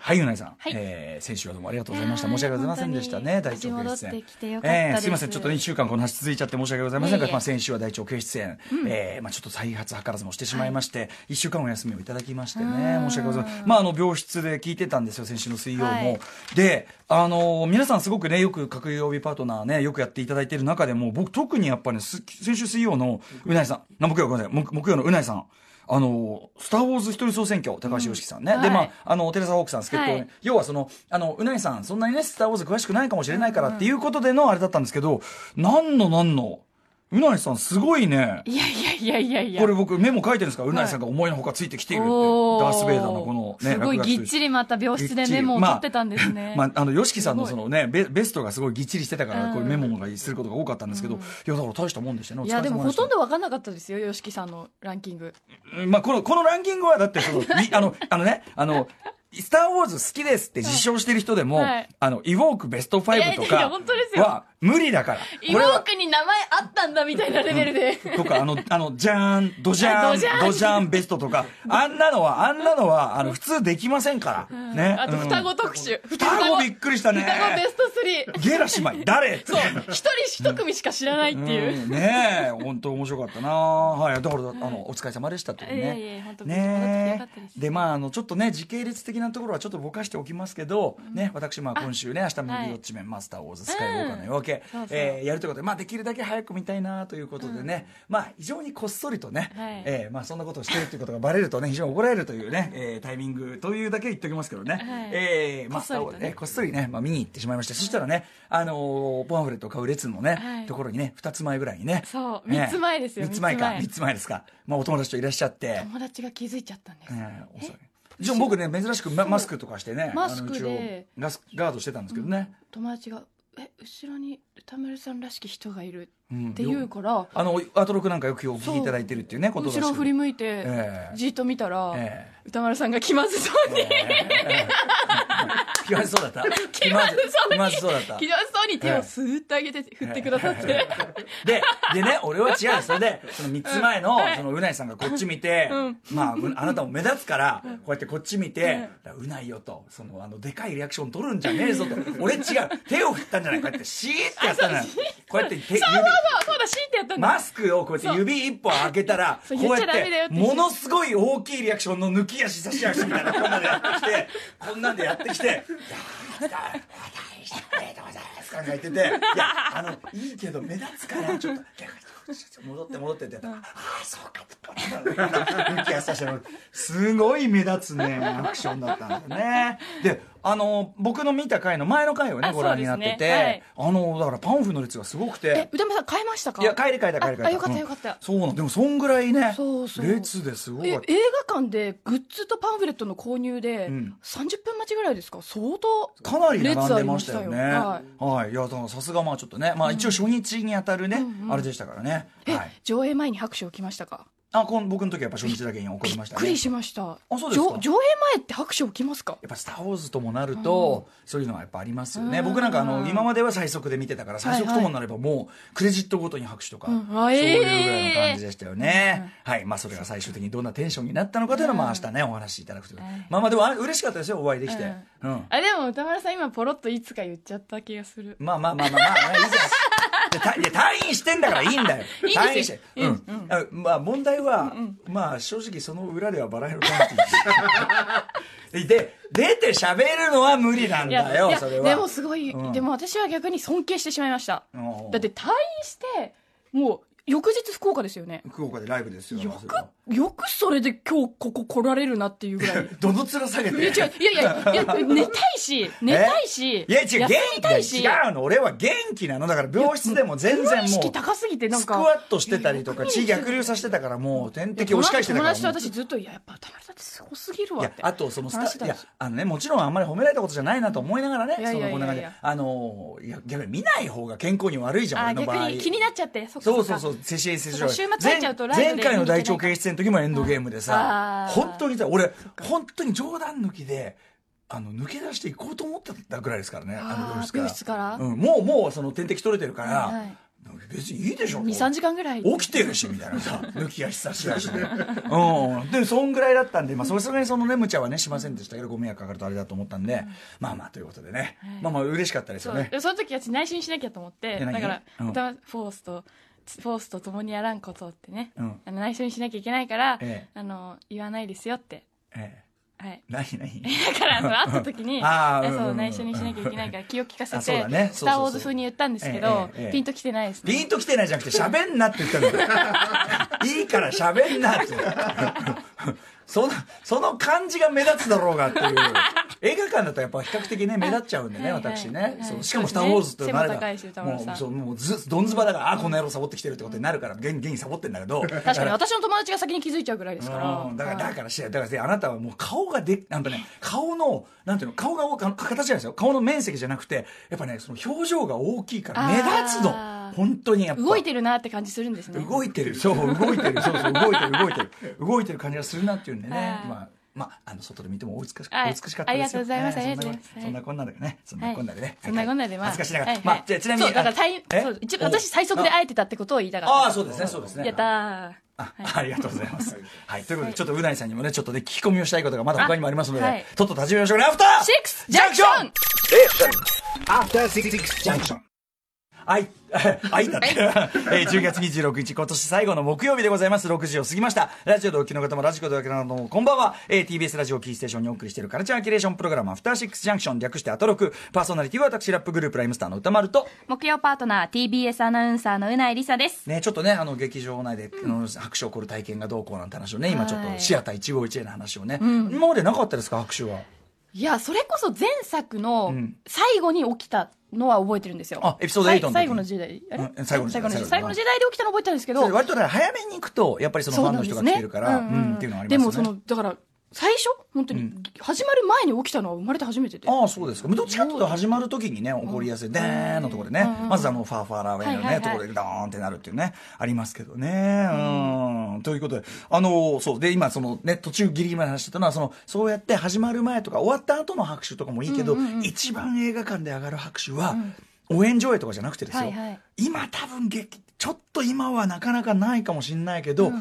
はい、うないさん、はいえー先週はどうもありがとうございました。申し訳ございませんでしたね、大大丈腸夫憩戻っ室て炎。きてよかったえでー、す。すいません、ちょっとね、1週間この話続いちゃって申し訳ございませんいえが、いえまあ、先週は大腸憩室炎、えーまあ、ちょっと再発図らずもしてしまいまして、一1週間お休みをいただきましてねう、ん申し訳ございません。まあ、あの、病室で聞いてたんですよ、先週の水曜も。はいで、あのー皆さんすごくね、よく各曜日パートナーね、よくやっていただいてる中でも、僕特にやっぱね、す先週水曜のうないさん、な木曜ごめんなさい、木木曜のうないさん、あのースター・ウォーズ一人総選挙、高橋良樹さんね。うんで、まはあい、あの、テレサ・ホークさん、助っ人、はい要はその、あの、うないさん、そんなにね、スター・ウォーズ詳しくないかもしれないからっていうことでのあれだったんですけど、なんのなんの、うないさんすごいね。いやいやいやいやいや。これ僕メモ書いてるんですから、うないさんが思いのほかついてきているって、おーダース・ベイダーのこのね、すごい落書きとうぎっちりまた病室でメモを取ってたんです ね。まあ、あの、ヨシキさんのすそごのいね、ベベストがすごいぎっちりしてたから、こういうメモがすることが多かったんですけど、うんいや、だから大したもんでしたね、おい疲やれでも様ほでしたとんど分かんなかったですよ、吉木さんのランキング。うんまあ、この、このランキングは、だって、そ の、いあの、あのね、あの、スター・ウォーズ好きですって自称してる人でも、はいあの、イヴォークベストいや5いとやいやか本当ですよは無理だから。イこモれーはクに名前あったんだみたいなレベルで。とか、あの、あの、じゃーん、ドジャーあドジャン、ーンドジャーンベストとか、あんなのは、あんなのは、あの、普通できませんから。ね。あとうん双子特集。双子びっくりしたね。双子ベスト3。ゲラ姉妹、誰ってそう、一人一組しか知らないっていう。んねえ本当面白かったなはいだから、あのお疲れ様でしたといういやねいや本当ね戻ってきてよかったですでまああのちょっとね時系列的なところはちょっとぼかしておきますけど、ね私まあ今週ね明日のリオッチメン、マスターウォーズスカイウォーカーの夜明け、そうそうえーやるということでまあできるだけ早く見たいなということでね、まあ非常にこっそりとね、はいえーまあそんなことをしてるということがバレるとね非常に怒られるというね、えータイミングというだけ言っておきますけどね、はいえーマスターウォーズこっそりとねねこっそりね、まあ、見に行ってしまいましたそしたらねあのーパンフレットを買う列のね、はいところにね2つ前ぐらいにねそうね三つ前ですよ三つ前か三つ前三つ前ですか、まあ、お友達といらっしゃって、友達が気づいちゃったんです。ええ遅いじゃあ僕ね珍しくママスクとかしてねマスクあので一応ガスガードしてたんですけどね、友達が、え、後ろに歌丸さんらしき人がいるうんっていうから、あのアトロクなんかよくお聞きいただいてるっていうねことだし後ろを振り向いえてえ、じーっと見たら、え歌丸さんが気まずそうに、気まずそうだった気まずそうに 気まずそうだった気まずそうに手をスーッと上げて振ってくださって、ででね俺は違うそれでその3つ前のはいそのうないさんがこっち見て、うんまあうあなたも目立つからこうやってこっち見て「うないよ」とそのあのでかいリアクション取るんじゃねえぞと俺違う手を振ったんじゃないこうやってシーってやったんだよこうやって手指そうそうそうだ、シーってやったんだ。マスクをこうやって指一本開けたら、こそううや言っちゃダメだよっ、っててものすごい大きいリアクションの抜き足差し足みたいなこんなのやってきて、こんなんでやってきて、いやー、大したありがとうございます考えてて、いや、あの、いいけど目立つから、ちょっと、戻って戻ってってやったら、ああ、そうか、抜き足差し足すごい目立つね、アクションだったんだね。で、あの、僕の見た回の前の回をね、あご覧になってそうですてね、あの、だからパンフの列がすごくて、え、歌丸さん変えましたかいや帰り帰った帰り帰ったああよかっうんたよかった。そうなんでもそんぐらいねそうそう列ですごえい映画館でグッズとパンフレットの購入でうん30分待ちぐらいですか相当かなり並んでましたよね列あはりまい、い、やだからさすがまあちょっとねまあ一応初日に当たるね、あれでしたからねしたよはいえ上映前に拍手をきましたかあこん僕の時はやっぱ初日だけに起こりましびったくねりしましたあそうですか上上映前って拍手起きますかやっぱ「スター・ウォーズ」ともなると、そういうのはやっぱありますよね、うん僕なんかあの今までは最速で見てたから最速ともなればもうクレジットごとに拍手とか、うんそうあいうぐらいのええ感じでしたよね、はいまあそれが最終的にどんなテンションになったのかというのはまあ明日ねお話しいただくという、はいまあまあでもあ嬉しかったですよお会いできて、うん、あでも歌丸さん今ポロッといつか言っちゃった気がするまあまあまあまあまあ、まあ、いいじゃん。いやたいや退院してんだからいいんだよ。いいんですよ退院して。うん。あまあ問題は、まあ正直その裏ではバラエロパンティー で、出て喋るのは無理なんいだよ、いそれは。でもすごい、うんでも私は逆に尊敬してしまいましたうんだって退院してもう翌日福岡ですよね福岡でライブですよ。よそれはくよくそれで今日ここ来られるなっていうぐ らいどの面下げて。いや違ういやいやいや寝たい し寝たいしいや違う、元休み気ただいし違うの。俺は元気なの。だから病室でも全然意も識う。高すぎてなんスクかワットしてたりとか、血逆流させてたから、もう点滴押し返してた友から。達と私ずっと「いややっぱ田村さんってすごすぎるいわ」っやてあとその話しスてタいやたんですあのねもちろんあんまり褒められたことじゃないなと思いながらねいやそいやのいやいやこんな感じであのいや逆に見ない方が健康に悪いじゃんあ俺の場合逆に気になっちゃってそっかそうそそっうそう、かセシエリセシそうか週末入っちゃうとライブで前回の大腸形質炎の時もエンドゲームでうんさあ、ー本当にさ、俺、本当に冗談抜きで、あの、抜け出していこうと思ってたぐらいですからね、あのあ病あ室から病室からうん、もう、もう、その点滴取れてるから、はいはい別にいいでしょ二三時間ぐらい起きてるしみたいな さ抜き足差し足で、うん、でそんぐらいだったんで、まあ、さすがにそのね無茶はねしませんでしたけどご迷惑かかるとあれだと思ったんで、まあまあということでね、はいまあまあ嬉しかったですそようねでもその時私内心しなきゃと思ってえ何だから、うん歌フォースとフォースと共にやらんことってね、うんあの内緒にしなきゃいけないから、ええあの言わないですよってええはい 何何だから その会った時にああえうんうんうんそう内緒にしなきゃいけないから気を利かせあそうてだねスそうター・そうそうウォーズ風に言ったんですけど、ええええピンときてないですねピンと来てないじゃなくて喋んなって言ったのいいから喋んなってそのその感じが目立つだろうがっていう映画館だとやっぱ比較的ね目立っちゃうんでねあはいはい私ね、はいそうはいしかも「スター・ウォーズ」ってなれば背も高いし歌丸もさんうそうもうずどんずばだから、ああこの野郎サボってきてるってことになるから現現にサボってんだけど確かに私の友達が先に気づいちゃうぐらいですから、うんだからはいだからしだからねあなたはもう顔がでなんかね顔のなんていうの顔が大か形じゃないですよ顔の面積じゃなくてやっぱねその表情が大きいから目立つのあー本当にやっぱ動いてるなって感じするんですね動いてるそう動いてるそうそう動いてる動いてる動いてる感じがするなっていうんでねはいまあまああの外で見てもお美しかったはいお美しかったですよありがとうございますはありがとうございますそんなこんなでねそんはないこんなでねそんなこんなで、まあ、恥ずかしながはいらはいまあじゃあちなみそにうだからあタイえそう一お私最速で会えてたってことを言いたかったああそうですねそうですねやったーあありがとうございます。はい、ということで、ちょっとうないさんにもね、ちょっとね、聞き込みをしたいことがまだ他にもありますので、あはいとっとと始めましょうね、アフターシックスジャンクション After Six Junction. あい、 あいだ って。えー10月26日、今年最後の木曜日でございます。6時を過ぎました。ラジオ同期の方もラジコ同期なども、こんばんは。えー TBS ラジオキーステーションにお送りしているカルチャーキュレーションプログラム、アフターシックスジャンクション、略してアトロク。パーソナリティは私、ラップグループライムスターの歌丸と、木曜パートナー TBS アナウンサーのうないりさですね、ちょっとね、あの、劇場内で、あの拍手を起こる体験がどうこうなんて話をね、今ちょっはといシアター151への話をね、今までなかったですか、拍手は。いやそれこそ前作のん最後に起きたのは覚えてるんですよ、あエピソードさい8の時最後の時代あれうん最後の時代最後の最後の時時代代最後の時代で起きたの覚えてるんですけどそれ割とね、早めに行くと、やっぱりそのファンの人が来てるから、うんっていうのはありますでね。もそのだから最初本当に、始まる前に起きたのは生まれて初めてでああそうですかどっちかっていうと始まる時にね起こりやすい「でーん」のところでね、まずあのファーファーラーウェイのね、はいはいはいところでドーンってなるっていうねありますけどねうん、ということであのそうで今そのね途中ギリギリまで話してたのはそのそうやって始まる前とか終わった後の拍手とかもいいけど、一番映画館で上がる拍手は、応援上映とかじゃなくてですよ、はいはい今多分劇ちょっと今はなかなかないかもしれないけど、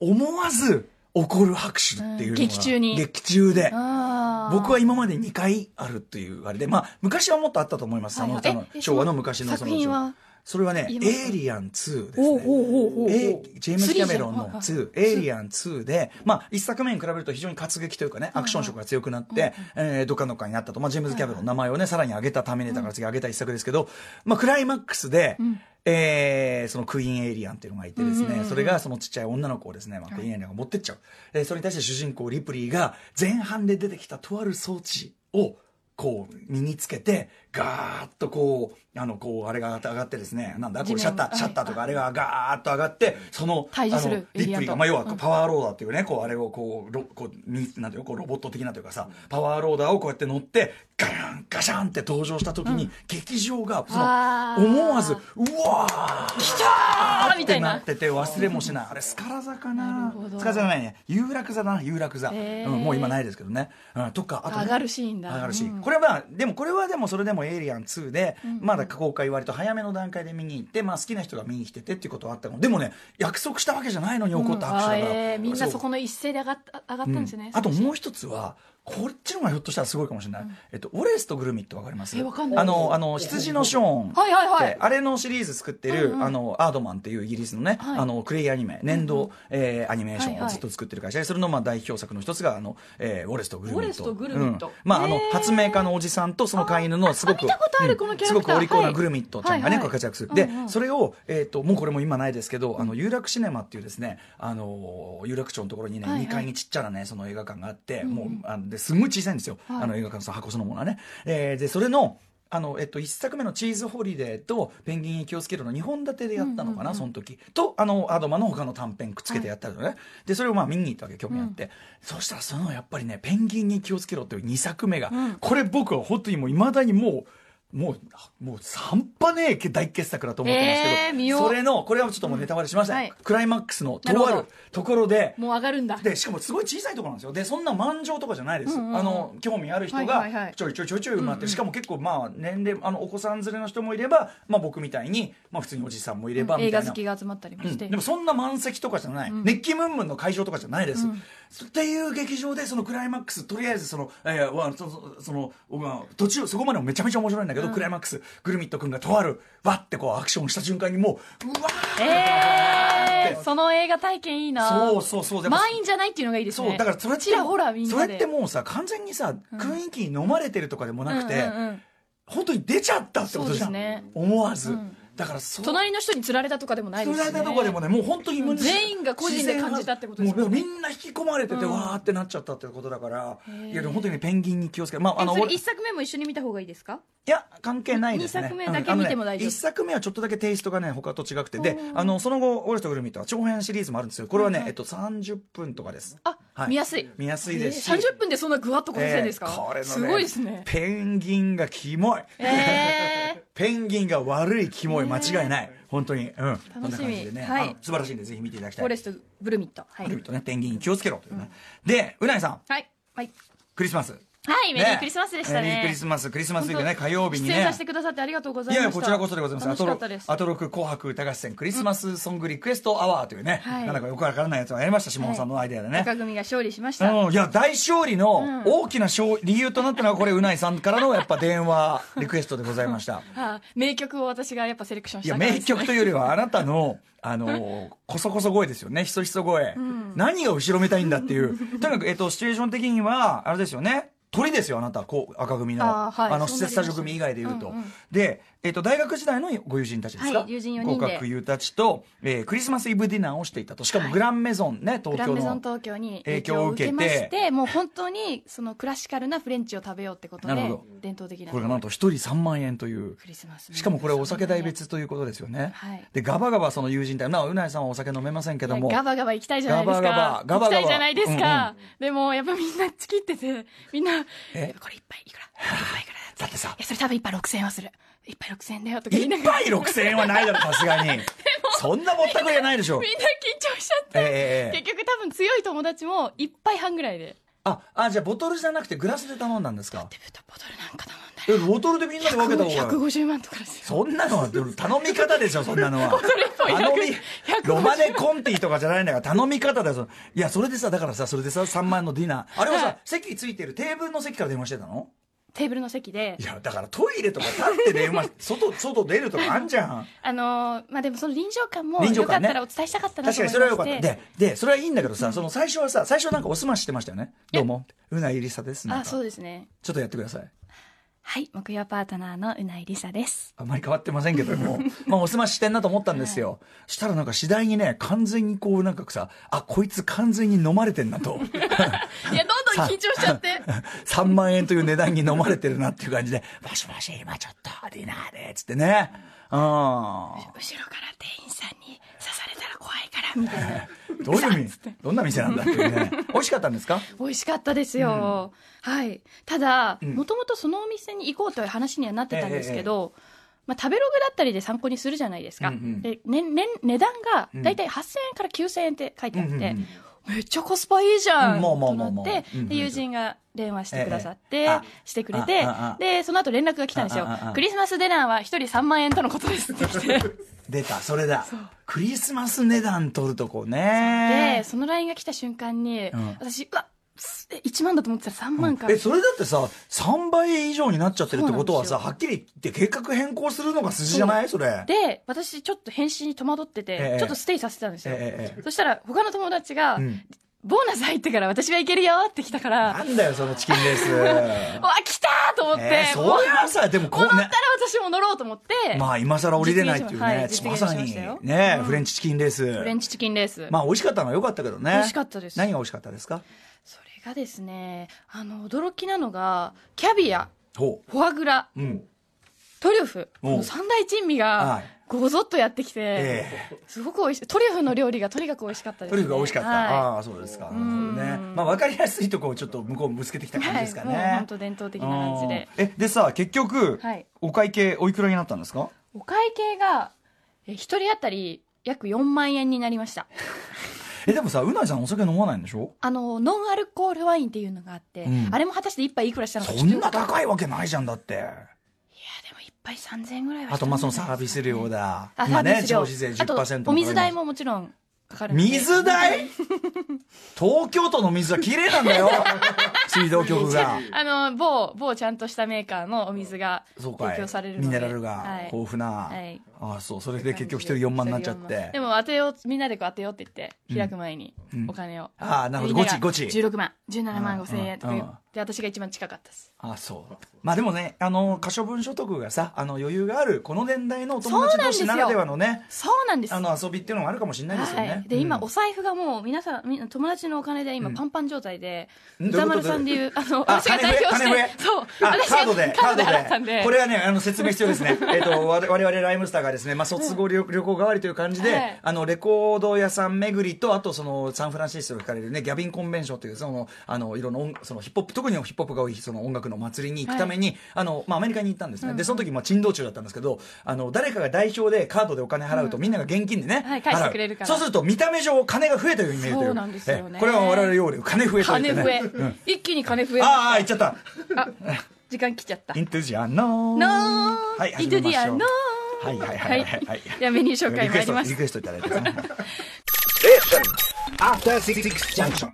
思わず起こる拍手っていうのが、うん劇中に劇中であー僕は今まで2回あるっていうあれでまあ昔はもっとあったと思います、はいはいあのあのええ昭和の昔のそ作の品はそれはね「エ言いますかイリアン2」ですおねうおうおうおうおうえージェームス・キャメロンのスリーじゃん2「エイリアン2」で、まあ、一作目に比べると非常に活劇というかねアクション色が強くなって、えードカドカになったと、まあ、ジェームズ・キャメロンの名前をねさらに上げたためにだから次上げた一作ですけど、まあ、クライマックスで、えーそのクイーン・エイリアンっていうのがいてですね、それがそのちっちゃい女の子をですね、まあ、クイーン・エイリアンが持ってっちゃう、えーそれに対して主人公リプリーが前半で出てきたとある装置をこう身につけてガーッとこうあのこうあれが上がってですねなんだこれシャッタ地面ーをシャッターとかあれがガーッと上がってその対峙するあのリップエイリリアンが、とまあ、要はこうパワーローダーっていうね、こうあれをこうロこうになんていうのこうロボット的なというかさパワーローダーをこうやって乗ってガランガシャンって登場した時に、劇場がそあーの思わず「うわー!」来あーみったていななってて忘れもしないあれスカラ座かななるほどスカラ座じゃないね有楽座だな有楽座、へーうん、もう今ないですけどね、うん、とかあとね上がるシーンだ上がるシーンうんこれはまあでもこれはでもそれでも「エイリアン2で」まだ公開割と早めの段階で見に行って、まあ、好きな人が見に来ててっていうことはあったのでもね約束したわけじゃないのに起こった拍手だかうんあーら、えーみんなそこうの一斉で上がった上がったんですよね、あともう一つはこっちの方がひょっとしたらすごいかもしれない、えっと、オレストグルミってわかりますえわかんないあのあの羊のショーンはいはいはいであれのシリーズ作ってる、あのアードマンっていうイギリスのね、はいあのクレイアニメ年度、えーアニメーシはいョンはをいずっと作ってる会社でそれのまあ代表作の一つがあの、えーウォレスとグルミットウォレスとグルミットうんまああのへー発明家のおじさんとその飼い犬のすごくあ見たことあるこのキャラクターうんすごくお利口はないグルミットちゃんがね、はいはいこう活躍する、うんうでそれを、えー、ともうこれも今ないですけどあの有楽シネマっていうですねあの有楽町のところにね、はいはい2階にちっちゃなねその映画館があって、もうあのですごい小さいんですよ、はいあの映画館その箱そのものはね、えーでそれのあのえっと、1作目の「チーズホリデー」と「ペンギンに気をつける」の2本立てでやったのかな、その時とあのアドマの他の短編くっつけてやったりとかね、でそれをまあ見に行ったわけ興味あって、そしたらそのやっぱりね「ペンギンに気をつけろ」という2作目が、これ僕は本当にもういまだにもうもう、もう、半端ねえ大傑作だと思ってますけど、えー見ようそれの、これはちょっともうネタバレしました、うんはいクライマックスのなるとほあどるところで、もう上がるんだでしかもすごい小さいところなんですよでそんな満場とかじゃないです、うんうんうんあの興味ある人はいはいはがいちょいちょいちょいちょい埋まって、しかも結構まあ年齢あのお子さん連れの人もいれば、まあ、僕みたいに、まあ、普通におじさんもいればみた映いな、画好きが集まったりもうしんて、でもそんな満席とかじゃない、熱気ムンムンの会場とかじゃないです、っていう劇場でそのクライマックスとりあえずその,、えーわそそその僕は途中そこまでもめちゃめちゃ面白いんだけど、クライマックスグルミット君がとあるわってこうアクションした瞬間にもううわーえ ー、その映画体験いいなそうそうそうでも満員じゃないっていうのがいいですねそうだからそれってちらほらみんそなれでってもうさ完全にさ雰囲気に飲まれてるとかでもなくて、うんうんうん本当に出ちゃったってことじゃそん、うですね思わず、うんだからそう隣の人に釣られたとかでもないです取ねられたとかでもねもう本当にうん全員が個人で感じたってことですももうんねみんな引き込まれてて、わーってなっちゃったってことだからへーいやでも本当にペンギンに気をつけてまああえのそれ俺一作目も一緒に見た方がいいですかいや関係ないですね二作目だけ見ても大丈夫1作目はちょっとだけテイストがね他と違くてであのその後「俺とグルミ」とは長編シリーズもあるんですよこれはね、えっと、30分とかですあ、はい見やすい見やすいですし、えー30分でそんなぐわっとこなせるんですか、えーこれのねすごいです ねペンギンがキモいえペンギンが悪いキモい間違いない本当にうんこんな感じでね、はいあの素晴らしいんでぜひ見ていただきー、たいフォレストブルミットはいグルミとねペンギンに気をつけろというね、でうなぎさんはいはい、クリスマスはい、メリーねクリスマスでしたねメリークリスマスクリスマスイブね本当火曜日にね出演させてくださってありがとうございまいしたやいやこちらこそでございます楽しかったですアトロアトロク紅白歌合戦クリスマスソングリクエストアワーというね、はいなんだかよくわからないやつをやりました下野さんのアイデアでね、赤組が勝利しました、うん、いや大勝利のうん大きな勝理由となったのはこれうないさんからのやっぱ電話リクエストでございま したはあ、名曲を私がやっぱセレクションいしやたから名曲というよりはあなたのあのこそこそ声ですよねひそひそ声、何が後ろめたいんだっていうとにかく、えっと、シチュエーション的にはあれですよね鳥ですよあなたこう赤組のあ,、あーはいのそ施うなりました設スタジオ組以外でいうと、うんうんで、えっと、大学時代のご友人たちですか、はい友人四人で合格友たちと、えークリスマスイブディナーをしていたとしかもグランメゾンね、グ東ラ京ンメゾンの東京に影影響響をを受受けてけましてもう本当にそのクラシカルなフレンチを食べようってことでなるほど伝統的なこれがなんと1人3万円というクリスマスしかもこれお酒代別ということですよね、はいでガバガバその友人たちなうないさんはお酒飲めませんけいやどもガバガバ行きたいじゃないですかガバガバガバガバ行きたいじゃないですか、でもやっぱみんなチキっててみんな「えやっぱこれ一杯いくらこれ一杯いくら」だってさいやそれ多分一杯6000円はする一杯6000円だよ」とか言いな一がら杯6000円はないだろ、さすがに。そんなぼったくりはないでしょ。みんな緊張しちゃって、ええええ結局多分強い友達も一杯半ぐらいであ、あ、じゃあボトルじゃなくてグラスで頼んだんですか。デブとボトルなんか頼んだえ、らボトルでみんなで分けた方が。 150万とかですそよんなのは頼み方でしょ、そんなのは。頼み、 150ロマネコンティとかじゃないんだから、頼み方だよ。いや、それでさ、だからさ、それでさ、3万円のディナー。あれははさい、席ついてるテーブルの席から電話してたのテーブルの席でいや、だからトイレとか立って 電話、外、外出るとかあんじゃん。あのーまあでもその臨場感も臨場よか感っねたらお伝えしたかったな確とか思にいましそてれはよかった。で、で、それはいいんだけどさ、その最初はさ、最初なんかおすまししてましたよね。どうも。うなゆりさです。なんあかそうですねちょっとやってください。はい木曜パートナーのうないりさです あまり変わってませんけども、 まあ、おすまししてんなと思ったんですよ。したらなんか次第にね、完全にこう、なんかさ、あ、こいつ完全に飲まれてんなと。 いやどんどん緊張しちゃって 3万円という値段に飲まれてるなっていう感じで、もしもし、今ちょっと、ディナーで、つってね。うん。後ろから店員さんに刺されたら怖いからみたいなどういう意味、どんな店なんだっていうね。美味しかったんですか美味しかったですよ、はいただもともとそのお店に行こうという話にはなってたんですけど、まあ、食べログだったりで参考にするじゃないですか、うんうんでねね、値段がだいたい8000円から9000円って書いてあって、うんうんめっちゃコスパいいじゃうんんまあまあとまなあまあってうんうんで友人が電話してくださっええてあしてくれてあああでその後連絡が来たんですよあああ「クリスマスディナーは1人3万円とのことです」って来 て出た、それだ。クリスマス値段取るとこねで。その LINE が来た瞬間にん私うわすえ1万だと思ってたら3万かえそれだってさ3倍以上になっちゃってるってことはそうさなんですはっきり言って計画変更するのが筋じゃないそれで私ちょっと返信に戸惑ってて、ええちょっとステイさせてたんですよ、ええええそしたら他の友達が、んボーナス入ってから私はいけるよ」って来たかならんだよそのチキンレース「わ来た!」と 思って、えーそれはさでもこ戻っうたらね私も乗ろうと思って、まあ今更降りれないっていうね実現しままさはいに実現しましたよねうんフレンチチキンレースフレンチチキンレース、まあ美味しかったのは良かったけどね美味しかったです何が美味しかったですかそれがですねあの驚きなのがキャビアほフォアグラううんトリュフ、おうこの三大珍味はがい、ごぞっとやってきて、えすごく美味しい。トリュフの料理がとにかく美味しかったです、トリュフが美味しかった、はああそうですかなるんほどねまあ分かりやすいとこをちょっと向こうぶつけてきたい。感じですかね、はい、もう本当伝統的な感じで。うんえでさ結局、はいお会計おいくらになったんですかお会計が、え一人当たり約4万円になりました。えでもさうなちゃんお酒飲まないんでしょあの、ノンアルコールワインっていうのがあって、うんあれも果たして一杯いくらしたのかそいんや、な高いわけないじゃんだってでも一杯3000円ぐらいはあとまあそのサービス料だ今ね消費税10%かあかりますと、お水代ももちろんかかるんで水 代東京都の水は綺麗なんだよ水道局 があの、某、某ちゃんとしたメーカーのお水がそうか提い供されるので。ミネラルはがい豊富な、はいああそうそれで結局一人4万になっちゃっそれがてまあでも当てよう、みんなでこう当てようって言って、開く前にうんお金を。ああなるほどみんゴなチがゴチ16万、17万5千円とか言うんうんって、私が一番近かったです。あそうまあでもねあの可処分所得がさあの余裕があるこの年代のお友達そうな同んです士よならではのねそうなんです。あの遊びっていうのもあるかもしれないですよねは、い、で今、うんお財布がもう皆さんみんな友達のお金で今パンパン状態で、うん歌丸さんでいうあのあ私が代表して金笛金笛そうあ私カードがでカードで払ったんでこれはねあの説明必要です ねえっと我我々ライムスターがですね、まあ、卒業旅,、旅行代わりという感じで、はいあのレコード屋さん巡りとあとそのサンフランシスコで聞かれるねギャビンコンベンションというそのあのいろんな音そのヒップホップ特にヒップホップが多いその音楽の祭りに行くために、あのまあ、アメリカに行ったんですね、でその時まあ珍道中だったんですけどあの誰かが代表でカードでお金払うと、みんなが現金でね、はい返してくれるから払うそうすると見た目上金が増えたように見えるというそうなんですよねええこれは我々より金増えとい金うね増え、一気に金増えあまあ言っしちゃったたあ時間来ちゃったイントゥジアノーノー、はいインドディアノーはいはいはいはいはいではメニュー紹介リク参エスりトまリすクエストいただいてね After Six Junction.